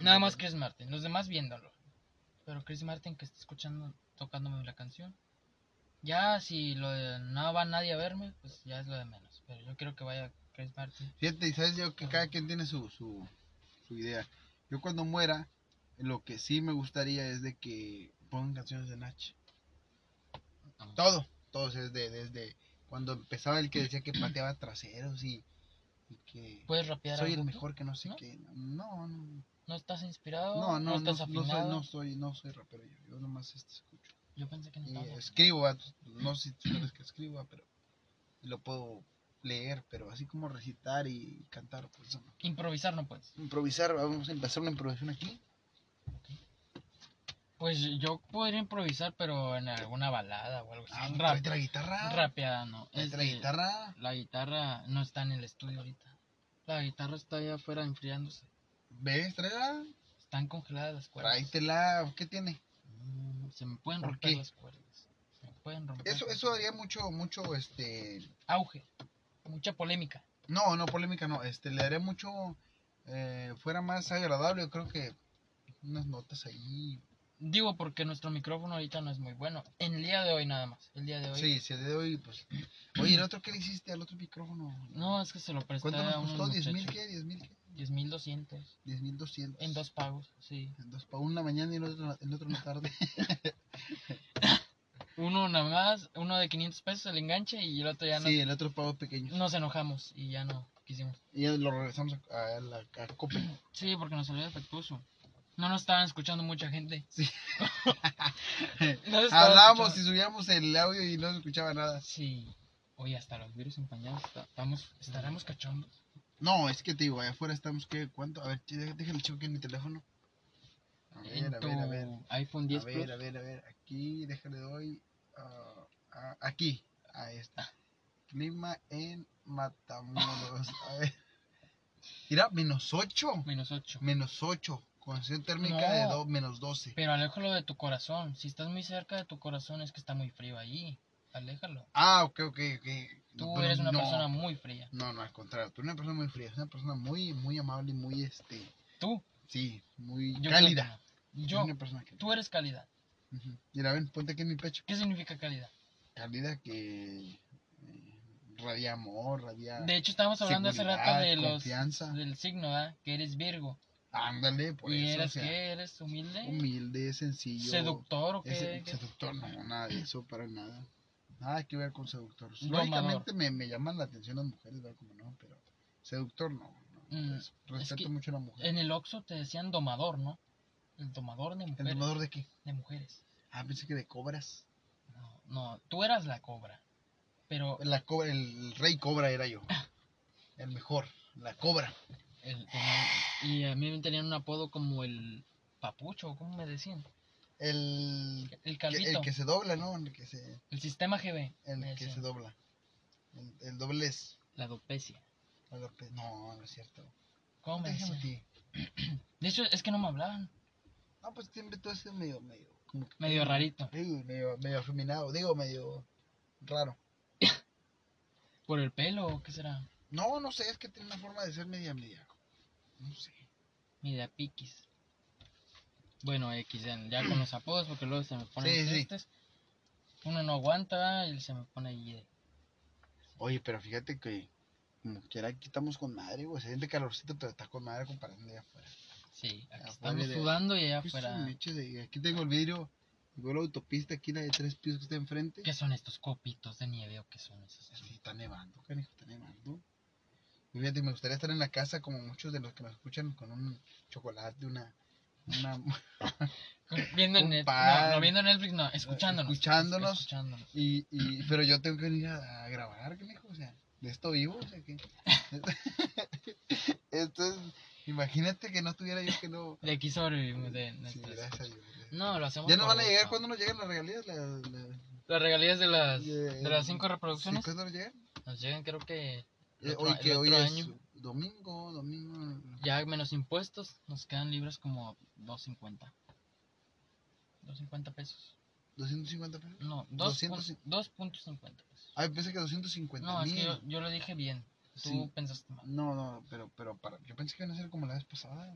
Nada más Chris Martin, los demás viéndolo. Pero Chris Martin que está escuchando, tocándome la canción. Ya si lo de no va nadie a verme, pues ya es lo de menos. Pero yo quiero que vaya Chris Martin. Fíjate, y sabes yo que cada quien tiene su, su, su idea. Yo cuando muera, lo que sí me gustaría es de que pongan canciones de Nach. Ah. Todo, todo, desde, desde cuando empezaba el que decía que pateaba traseros y, y que ¿Puedes rapear soy algo el tú? mejor que no sé ¿No? qué. No, no, ¿No estás inspirado? no, no, no, no, estás soy, no afinado? soy, no soy rapero yo, yo nomás este, escucho. Yo pensé que no Y estabas escribo, ah, no sé si tú sabes que escribo, ah, pero lo puedo leer, pero así como recitar y cantar, pues no. Improvisar no puedes. improvisar, vamos a empezar una improvisación aquí. Pues yo podría improvisar, pero en alguna balada o algo así. Ah, Rap- tráete la guitarra. rapeada, no. Tráete la Este, guitarra. La guitarra no está en el estudio ahorita. La guitarra está allá afuera enfriándose. ¿Ves? Tráela. Están congeladas las cuerdas. Tráetela. ¿Qué tiene? Mm, Se me pueden ¿Por romper qué? las cuerdas. Se me pueden romper. Eso, eso daría mucho, mucho, este... Auge. Mucha polémica. No, no, polémica no. Este, le daría mucho... eh, fuera más agradable, yo creo que unas notas ahí. Digo porque nuestro micrófono ahorita no es muy bueno. En el día de hoy nada más. El día de hoy. Sí, si el de hoy, pues... Oye, ¿el otro qué le hiciste al otro micrófono? No, es que se lo presté ¿Cuánto nos a unos costó? ¿10 mil muchachos. qué? ¿10 mil qué? 10.200. ¿10 mil 200? En dos pagos, sí. En dos, para una mañana y el otro, el otro en <laughs> la tarde. Uno nada más, uno de 500 pesos el enganche y el otro ya no sí, el otro pago pequeño. nos enojamos y ya no quisimos. Y ya lo regresamos a, a la a Coppel. Sí, porque nos salió defectuoso. No nos estaban escuchando mucha gente. <laughs> Sí. No nos estaban Hablábamos y escuchando. subíamos el audio y no se escuchaba nada. Sí. Oye, hasta los virus empañados esta- estamos, estaremos cachondos. No, es que te digo, allá afuera estamos, ¿qué? ¿Cuánto? A ver, che, dé- déjame checar mi teléfono. A ver, en a tu ver, a ver. iPhone A 10 ver, a ver, a ver. Aquí, déjale doy. ah, a- aquí, a esta. Clima en Matamoros. A ver. Mira, menos 8. menos 8. Menos 8. Concentración térmica de No. do- menos 12. Pero aléjalo de tu corazón. Si estás muy cerca de tu corazón es que está muy frío allí. Aléjalo. Ah, ok, ok, ok. Tú pero eres una no. persona muy fría. No, no, al contrario, tú eres una persona muy fría, es una persona muy, muy amable y muy, este, Tú. sí, muy yo creo cálida. que no. Es Yo. una persona que... Tú eres calidad. Ujú. Mira, ven, ponte aquí en mi pecho. ¿Qué significa calidad? Cálida que eh, radia amor, radia De hecho, estábamos hablando hace rato Ah, seguridad, de los, confianza. del signo, ¿verdad? Que eres Virgo. Ándale, por ¿Y eso, eres o sea, qué? ¿Eres humilde? humilde, sencillo. ¿Seductor o qué? Ese- ¿Qué? seductor, no, nada de eso, para nada. Nada que ver con seductor. Domador. Lógicamente me, me llaman la atención las mujeres, ¿verdad? Como no, pero seductor no. no, Mm, eso. respeto que- mucho a la mujer. En el Oxxo te decían domador, ¿no? El domador de ¿El mujeres. domador de qué? De mujeres. Ah, pensé que de cobras. No, no, tú eras la cobra. Pero La cobra, el rey cobra era yo. Ah. El mejor, la cobra. el, y a mí me tenían un apodo como el papucho, ¿cómo me decían? El El que, el calvito. que se dobla, ¿no? El que se, El sistema GB. el me que decían. se dobla. El, el doblez. La dopecia. A ver, pues, No, no es cierto. ¿Cómo me Déjame decían? aquí. De hecho, es que no me hablaban. No, pues siempre tú has sido medio, medio. como que- Medio rarito. Sí, medio, medio afeminado, digo, medio raro. ¿Por el pelo o qué será? No, no sé, es que tiene una forma de ser media media. No sé. Mira, piquis. Bueno, X, ya, ya con los apodos, porque luego se me ponen Sí, sí. tristes. Uno no aguanta y se me pone ahí eh, de- Oye, pero fíjate que como quiera aquí estamos con madre, güey. Se siente calorcito, pero está con madre comparando allá afuera. Sí, aquí Afuera estamos de- sudando y allá Pues, afuera. meche de- Aquí tengo el vidrio, veo la autopista, aquí la de tres pisos que está enfrente. ¿Qué son estos copitos de nieve o qué son esos? Sí, está nevando, canijo, está nevando. Y fíjate, me gustaría estar en la casa como muchos de los que nos escuchan con un chocolate, una... una... Viendo Un Netflix. pan. No, no viendo Netflix, no, escuchándonos. Escuchándonos. Escuchándonos. Y, y, pero yo tengo que venir a, a grabar, canijo, o sea, de esto vivo, o sea que... <laughs> Esto es... Imagínate que no estuviera yo que no... De aquí sobrevivimos de Sí, nuestras- gracias a Dios, gracias. No, lo hacemos. Ya nos por van a llegar gusto. cuando nos llegan las regalías, las... las- Las regalías de las, de- de las cinco sí, reproducciones ¿Cuándo nos llegan? nos llegan, creo que El Eh, otro- hoy el que hoy otro es año. domingo, domingo... ya menos impuestos, nos quedan libres como 2.50. 2.50 pesos. 250 pesos. No, dos pun- 200. 2.50 pesos. Ay, pensé que 250 No, es Pues, mil. que yo, yo lo dije bien. Tú Sí. pensaste mal. No, no, pero, pero para, yo pensé que iban a ser como la vez pasada.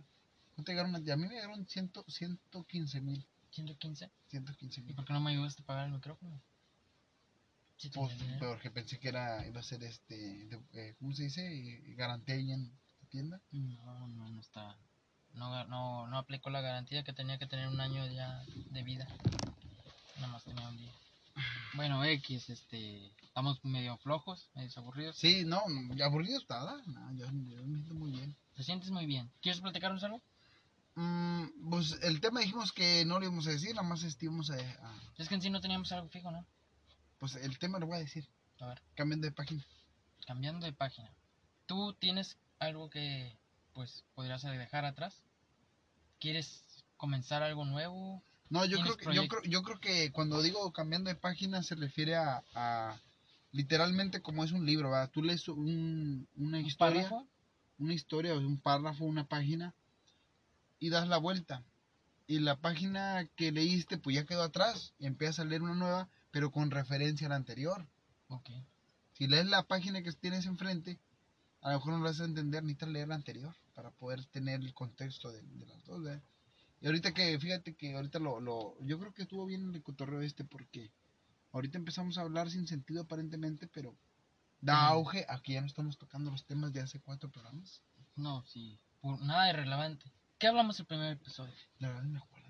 ¿Cuánto llegaron? A, a mí me llegaron 100, 115 mil. 115. 115 ¿Y mil. por qué no me ayudaste a pagar el micrófono? Si Pues, tenías dinero. porque pensé que era, iba a ser este, de- eh, ¿cómo se dice? Garantía ahí en la tienda. No, no, no está. No, ga- no, no aplicó la garantía que tenía que tener un año ya de vida. Nada más tenía un día. Bueno, X, este. Estamos medio flojos, medio aburridos. Sí, no, no, ya aburrido estaba. No, yo, yo me siento muy bien. Te sientes muy bien. ¿Quieres platicarnos algo? Mm, pues el tema dijimos que no lo íbamos a decir, nada más este, íbamos a, a- Es que en sí no teníamos algo fijo, ¿no? Pues el tema lo voy a decir. A ver, Cambiando de página. cambiando de página. ¿Tú tienes algo que, pues, podrías dejar atrás? ¿Quieres comenzar algo nuevo? No, yo creo, ¿Tienes que, yo, proyecto? creo, yo creo que cuando digo cambiando de página se refiere a, a literalmente como es un libro, ¿verdad? Tú lees un- una ¿Un historia, párrafo? una historia, o un párrafo, una página y das la vuelta. Y la página que leíste pues ya quedó atrás y empiezas a leer una nueva, pero con referencia a la anterior. Ok. Si lees la página que tienes enfrente, a lo mejor no lo vas a entender, necesitas leer la anterior para poder tener el contexto de, de las dos, ¿verdad? Y ahorita que, fíjate que ahorita lo, lo, yo creo que estuvo bien el cotorreo este porque ahorita empezamos a hablar sin sentido aparentemente, pero da Ujú. auge a que ya no estamos tocando los temas de hace cuatro programas. No, sí. Por nada de relevante. ¿Qué hablamos el primer episodio? La verdad no me acuerdo.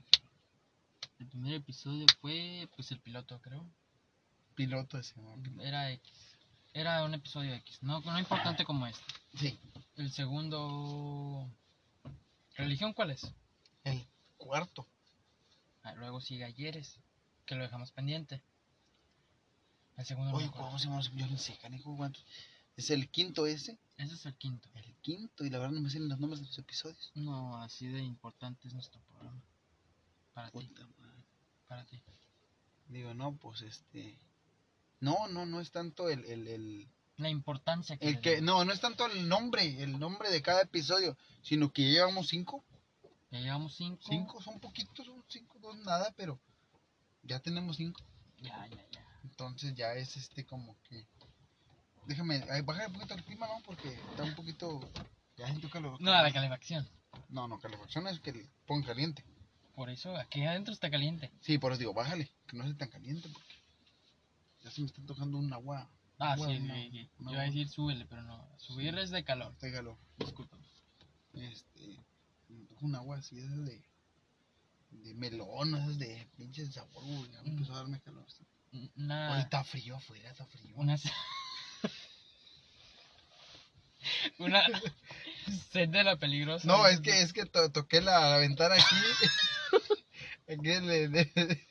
El primer episodio fue, pues, el piloto, creo. Piloto ese, ¿no? Era X. Era un episodio X. No, no importante como este. Sí. El segundo... ¿Religión cuál es? El cuarto. Ah, luego sigue Ayeres, que lo dejamos pendiente. El segundo no me Oye, acuerdo. ¿cómo se llama? Yo no sé, canijo, ¿cuántos? Es el quinto ese. Ese es el quinto. El quinto, y la verdad no me salen los nombres de los episodios. No, así de importante es nuestro programa. Para ti, Puta madre. para ti. Digo, no, pues este. No, no, no es tanto el, el, el, La importancia que... el le que. damos. No, no es tanto el nombre, el nombre de cada episodio, sino que ya llevamos cinco. Ya llevamos cinco. Cinco, son poquitos, son cinco, no es nada, pero ya tenemos cinco. Ya, ya, ya. Entonces ya es este como que. Déjame, ay, baja un poquito el clima, ¿no? Porque está un poquito. Ya siento calor. No, la calefacción. No, no, calefacción es que le pongan caliente. Por eso aquí adentro está caliente. Sí, por eso digo, bájale, que no sea tan caliente, porque ya se me está tocando un agua. Ah, Bueno, sí, no, sí, sí. no. Iba a decir súbele, pero no. Subir es de calor. Está calor. Disculpa. este un agua así de esas de de melón esas de pinche sabor güey, ya me Mm. Ah. empezó a darme calor Oye, Una. está frío afuera está frío Una. <laughs> <laughs> una. Sed de la peligrosa. no es que es que to- toqué la, la ventana aquí aquí <laughs> en el- de- de-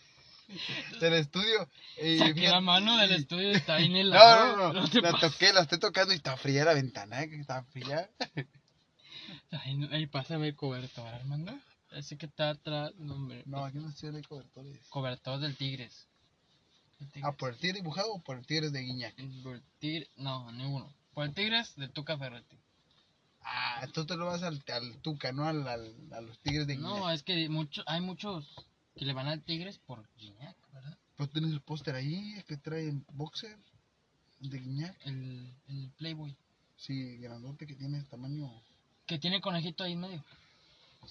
del estudio y Saqué la fíjate- mano del estudio y está ahí en el <laughs> no, lado. no, no, te la pases. toqué, la estoy tocando y está fría la ventana, eh, que está fría. Ay, no, ahí pásame el cobertor, Armando. Así que está atrás. No, hombre. No, aquí no estoy de cobertores. Cobertor del Tigres. El Ah, Tigres. ¿por el tigre dibujado o por el tigre de Guiñac? Por el Tigre- No, ninguno. Por el Tigres de Tuca Ferretti. Ah, Ah, tú te lo vas al, al Tuca, no al, al- a los Tigres de Guinea. No, es que mucho, hay muchos que le van al Tigres por Guiñac, ¿verdad? Pues tienes el póster ahí, que trae el boxer de Guiñac. El, el Playboy. Sí, grandote que tiene tamaño. Que tiene conejito ahí en medio.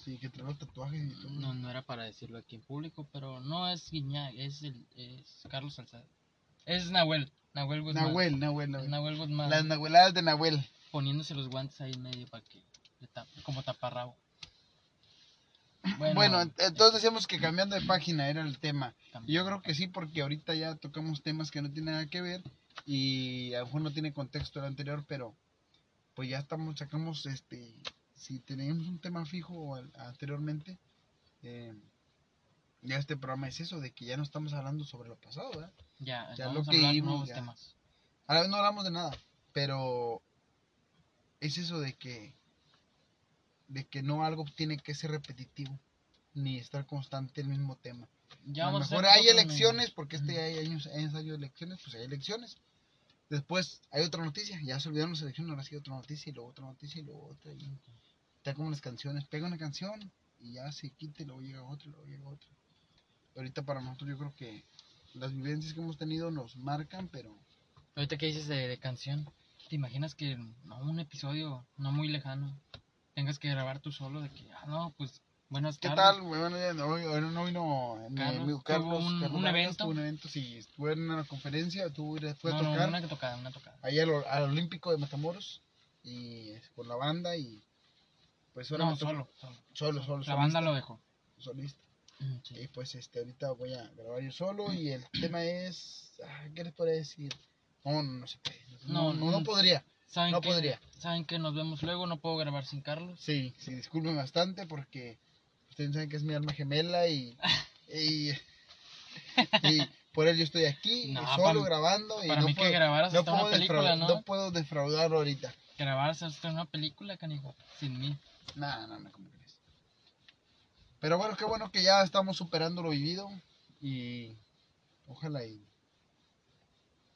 Sí, que trae los tatuajes y todo. No, no era para decirlo aquí en público, pero no es Guiñac, es, el, es Carlos Salcedo. Es Nahuel, Nahuel Guzmán. Nahuel, Nahuel, Es Nahuel. Nahuel Guzmán Las Nahueladas de Nahuel. poniéndose los guantes ahí en medio para que le tape, como taparrabo. Bueno, entonces decíamos que cambiando de página era el tema. Y Yo creo que sí, porque ahorita ya tocamos temas que no tienen nada que ver y a lo mejor no tiene contexto el anterior, pero pues ya estamos, sacamos este, si teníamos un tema fijo al- anteriormente, eh, ya este programa es eso, de que ya no estamos hablando sobre lo pasado, ¿verdad? ya, ya vamos lo a que hablar vimos, nuevos ya. temas. A la vez no hablamos de nada, pero es eso de que de que no algo tiene que ser repetitivo ni estar constante el mismo tema. Ya a lo vamos hacer mejor hay nosotros elecciones, mismos. porque este Ujú. hay años, hay ensayo de elecciones, pues hay elecciones. Después hay otra noticia, ya se olvidaron las elecciones, ahora sí otra noticia y luego otra noticia y luego otra. Y está como las canciones, pega una canción y ya se quita y luego llega otra y luego llega otra. Ahorita para nosotros yo creo que las vivencias que hemos tenido nos marcan, pero Ahorita que dices de, de canción, ¿te imaginas que no, un episodio no muy lejano tengas que grabar tú solo de que, ah, no, pues buenas ¿Qué tardes? tal? Muy buenos días. Hoy, hoy no vino eh, mi Carlos, amigo tuvo Carlos. un- Carlos un Vargas, evento. tuvo un evento, sí. Estuvo en una conferencia, tuvo, fue a No, no, tocar una tocada, una tocada. ahí al, al Olímpico de Matamoros y eh, con la banda y pues ahora No, me tocó- solo, solo. solo, solo, La banda solista, lo dejó. solista. Mm, sí. Y pues este, ahorita voy a grabar yo solo y el tema es, ah, ¿qué les podría decir? No, no, no se puede. No, No, no, no no. podría. ¿Saben no que, podría. Saben que nos vemos luego, no puedo grabar sin Carlos. Sí, sí, disculpen bastante porque ustedes saben que es mi alma gemela y, y, y por él yo estoy aquí <laughs> No, y solo para- grabando y Para no mí puedo, que grabaras no hasta una puedo película, defraud- ¿no? no puedo defraudarlo ahorita. Grabaras hasta una película, canijo, sin mí. No, no, no, ¿cómo crees? Pero bueno, qué bueno que ya estamos superando lo vivido y ojalá y...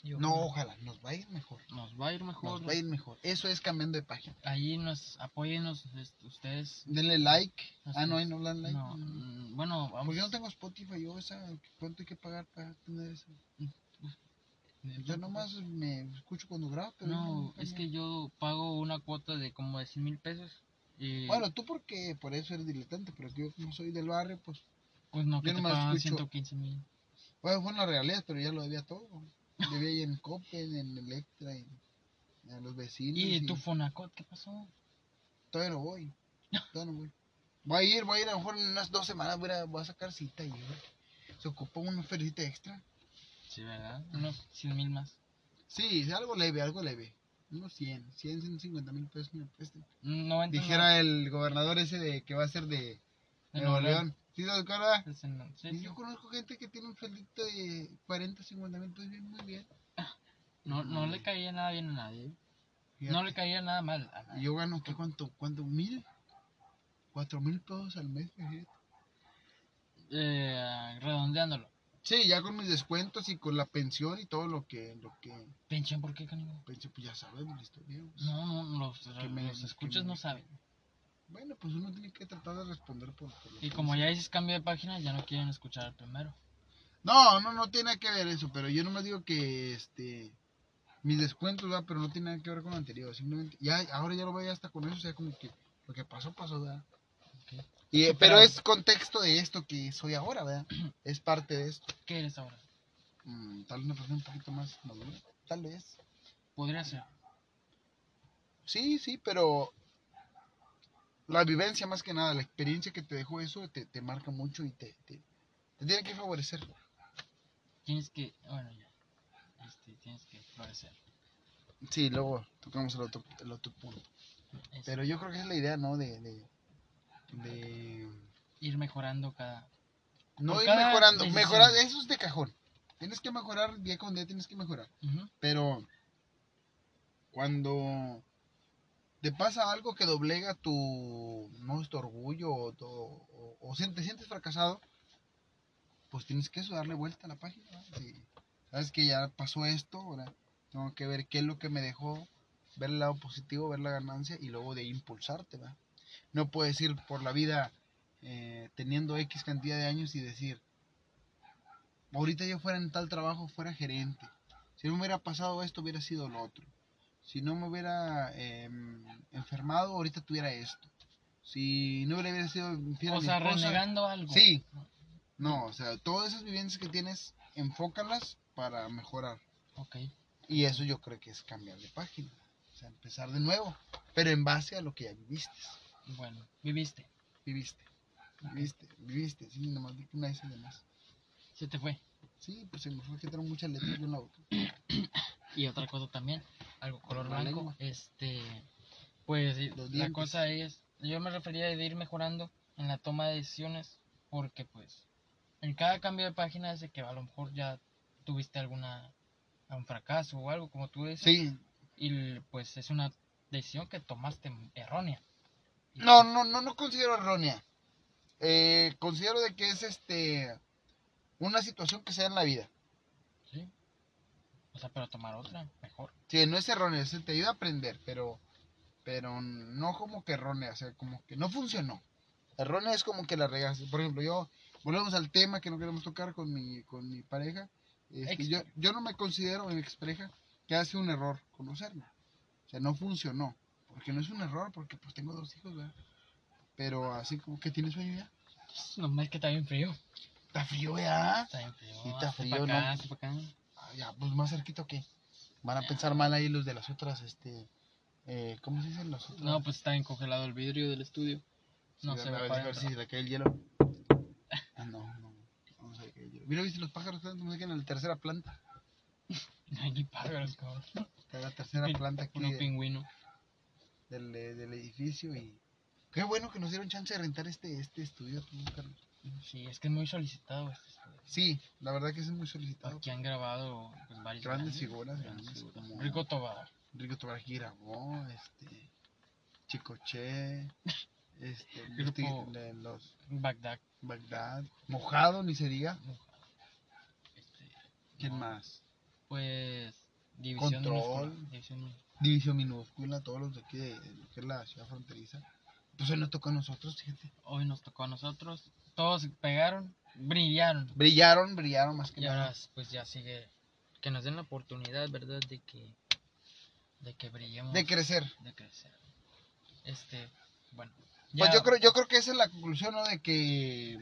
Yo- No, ojalá, nos va a ir mejor. Nos va a ir mejor. Nos va a ir mejor. Eso es cambiando de página. Ahí nos apóyennos este, ustedes. Denle like. Así Ah, no, es. ahí no le dan like. No, mm, bueno, Pues vamos. yo no tengo Spotify, yo esa, ¿cuánto hay que pagar para tener eso? Yo nomás me escucho cuando grabo, pero yo No, nunca es me- que yo pago una cuota de como de 100 mil pesos. Y Bueno, tú porque por eso eres diletante, pero yo como soy del barrio, pues... pues no, yo que te nomás pagan escucho- 115 mil. Bueno, fue una realidad, pero ya lo debía todo. Debía ahí en Copen, en Electra, en, a los vecinos. ¿Y tu Fonacot qué pasó? Todavía no voy, todavía no voy. Voy a ir, voy a ir, a lo mejor en unas dos semanas voy a, voy a sacar cita y yo- Se ocupó una ofertita extra. Sí, ¿verdad? Unos 100 mil más. Sí, algo leve, algo leve. Unos 100, 100, 150 mil pesos me prestan. Mm, 90 Dijera el gobernador ese de que va a ser de De Nuevo Nuevo León. León. ¿Sí te acuerdas? Es pues, en- sí, Y sí. yo conozco gente que tiene un sueldito de 40, 50 mil pesos, bien, muy bien. No, no le Mm. caía nada bien a nadie. Fíjate. No le caía nada mal. a Y nadie. yo gano, ¿qué cuánto? ¿Cuánto? ¿Mil? ¿Cuatro mil pesos al mes? fíjate. Eh, redondeándolo. Sí, ya con mis descuentos y con la pensión y todo lo que, lo que Pensión, ¿por qué, canijo? pensé, pues ya sabemos la historia. pues. No, no, los, Que me- los que escuchas me- no saben. Bueno, pues uno tiene que tratar de responder por, por lo Y que como dice. ya dices cambio de página, ya no quieren escuchar al primero. No, no, no tiene que ver eso, pero yo no me digo que este mis descuentos, va, pero no tiene nada que ver con lo anterior, simplemente ya ahora ya lo voy hasta con eso, o sea, como que lo que pasó pasó, ¿verdad? Ok. Y, eh, Superado. pero es contexto de esto que soy ahora, ¿verdad? <clears throat> Es parte de esto. ¿Qué eres ahora? Mm, tal vez una persona un poquito más madura, tal vez. Podría ser. Sí, sí, pero la vivencia más que nada, la experiencia que te dejó eso te, te marca mucho y te, te, te tiene que favorecer. Tienes que. Bueno, ya. Este, tienes que florecer. Sí, luego tocamos el otro, el otro punto. Es Pero yo creo que esa es la idea, ¿no? De. de, de- ir mejorando cada. no Por ir cada mejorando. decisión. Mejorar, eso es de cajón. Tienes que mejorar día con día, tienes que mejorar. Ujú. Pero. Cuando. Te pasa algo que doblega tu. No es tu orgullo o, tu- o- o si te sientes fracasado. Pues tienes que eso, darle vuelta a la página. ¿no? Sí. Sabes que ya pasó esto, ahora tengo que ver qué es lo que me dejó ver el lado positivo, ver la ganancia y luego de ahí impulsarte, ¿va? No puedes ir por la vida eh, teniendo X cantidad de años y decir, ahorita yo fuera en tal trabajo, fuera gerente. Si no me hubiera pasado esto, hubiera sido lo otro. Si no me hubiera eh, enfermado, ahorita tuviera esto. Si no le hubiera sido infiel a O mi sea, esposa- renegando algo. Sí. No, o sea, todas esas vivencias que tienes, enfócalas para mejorar. Ok. Y eso yo creo que es cambiar de página. O sea, empezar de nuevo. Pero en base a lo que ya viviste. Bueno, viviste. Viviste. Viviste, viviste. Sí, nomás di una S de más. Se te fue. Sí, pues se me fue que tengo muchas letras de una boca. Y otra cosa también, algo color La blanco. lengua. Este, pues eh, Los la dientes. cosa es, yo me refería de ir mejorando en la toma de decisiones, porque pues en cada cambio de página es de que a lo mejor ya tuviste alguna un fracaso o algo como tú dices. Sí. Y l- pues es una decisión que tomaste errónea. Y, No, pues, no, no, no considero errónea. Eh, considero de que es este una situación que se da en la vida. sí. O sea, pero tomar otra, mejor. Sí, no es errónea, se te ayuda a aprender, pero, pero no como que errónea, o sea, como que no funcionó. Errónea es como que la regaste. Por ejemplo, yo, volvemos al tema que no queremos tocar con mi, con mi pareja. este, Ex. yo, yo no me considero mi expareja que hace un error conocerme. O sea, no funcionó. Porque no es un error, porque pues tengo dos hijos, ¿verdad? Pero así como que tienes sueño ya. Nomás que está bien frío. Está frío, ¿verdad? Está bien frío. Sí, está hazte pa' frío, acá, ¿no? hazte pa' acá. Ah, ya, pues más cerquito que. Van a pensar mal ahí los de las otras, este. eh, ¿Cómo se dicen las otras? No, pues está bien congelado el vidrio del estudio. No Sí, se a ve ver, para a ver adentro. si le cae el hielo. Ah, no, no. No se le cae el hielo. Mira, viste los pájaros que andan en la tercera planta. <laughs> No hay ni pájaros, cabrón. Está la tercera planta aquí Puro de- pingüino. del, eh, del edificio y. Qué bueno que nos dieron chance de rentar este, este estudio. tú, Carlos. Sí, es que es muy solicitado este estudio. Sí, la verdad que es muy solicitado. Aquí han grabado pues, varios. Grandes figuras, grandes grandes figuras. como- Rico Tobar. Rico Tobar aquí grabó, este. Chicoche. Este. Grupo- los tig- de los Bagdad. Bagdad. Mojado, ni se diga. Este, ¿Quién más? Pues. División Control. Minúscula, división minúscula. división minúscula, todos los de aquí de, de lo que es la ciudad fronteriza. Pues hoy nos tocó a nosotros, fíjate. Hoy nos tocó a nosotros. Todos se pegaron, brillaron. Brillaron, brillaron más que Y ahora nada. pues ya sigue. Que nos den la oportunidad, ¿verdad? De que. De que brillemos. De crecer. de crecer. Este, bueno. Pues yo creo, yo creo que esa es la conclusión, ¿no? De que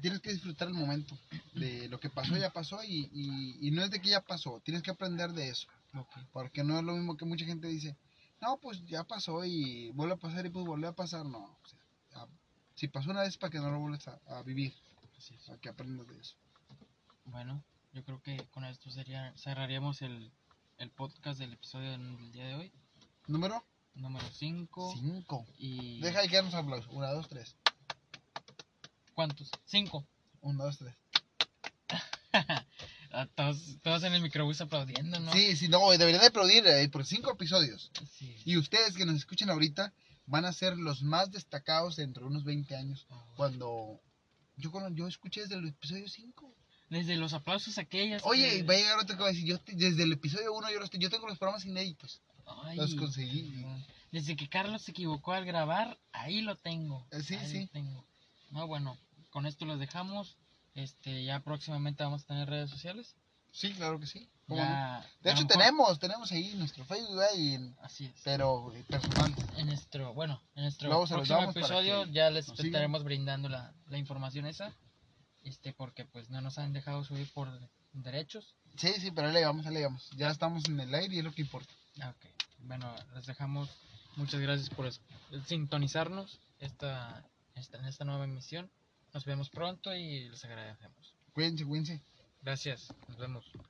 tienes que disfrutar el momento. De lo que pasó, ya pasó. Y, y, y no es de que ya pasó, tienes que aprender de eso. Ok. Porque no es lo mismo que mucha gente dice, no, pues ya pasó y vuelve a pasar y pues vuelve a pasar. No, o sea, ya- si pasó una vez para que no lo vuelvas a, a vivir, Así es. para que aprendas de eso. Bueno, yo creo que con esto sería, cerraríamos el, el podcast del episodio del día de hoy, Número número 5. 5. Y Deja de quedarnos aplausos. 1, 2, 3. ¿Cuántos? 5. 1, 2, 3. Ah, todos, todos en el microbús aplaudiendo, ¿no? Sí, sí, no, deberían de aplaudir eh, por cinco episodios. Sí. Y ustedes que nos escuchan ahorita van a ser los más destacados dentro de unos 20 años. Cuando yo, cono- yo escuché desde el episodio 5. Desde los aplausos aquellas. Oye, que- y va a llegar otro que va a decir, yo te- desde el episodio 1 yo, los te- yo tengo los programas inéditos. Ay, los conseguí. Desde que Carlos se equivocó al grabar, ahí lo tengo. Eh, sí, ahí sí. lo tengo. No, bueno, con esto los dejamos. Este, ya próximamente vamos a tener redes sociales. Sí, claro que sí. ¿Cómo no? Ya, De a lo hecho, mejor- tenemos, tenemos ahí nuestro Facebook, ¿verdad? y en- Así es. pero eh, personal. En nuestro, bueno, en nuestro Luego se los próximo damos para episodio que ya les nos sigan. estaremos brindando la, la información esa. Este, porque pues no nos han dejado subir por derechos. Sí, sí, pero ahí le vamos, ahí le vamos. Ya estamos en el aire y es lo que importa. Ah, Ok, bueno, les dejamos. Muchas gracias por es- sintonizarnos esta, esta, en esta nueva emisión. Nos vemos pronto y les agradecemos. Cuídense, cuídense. Gracias, nos vemos.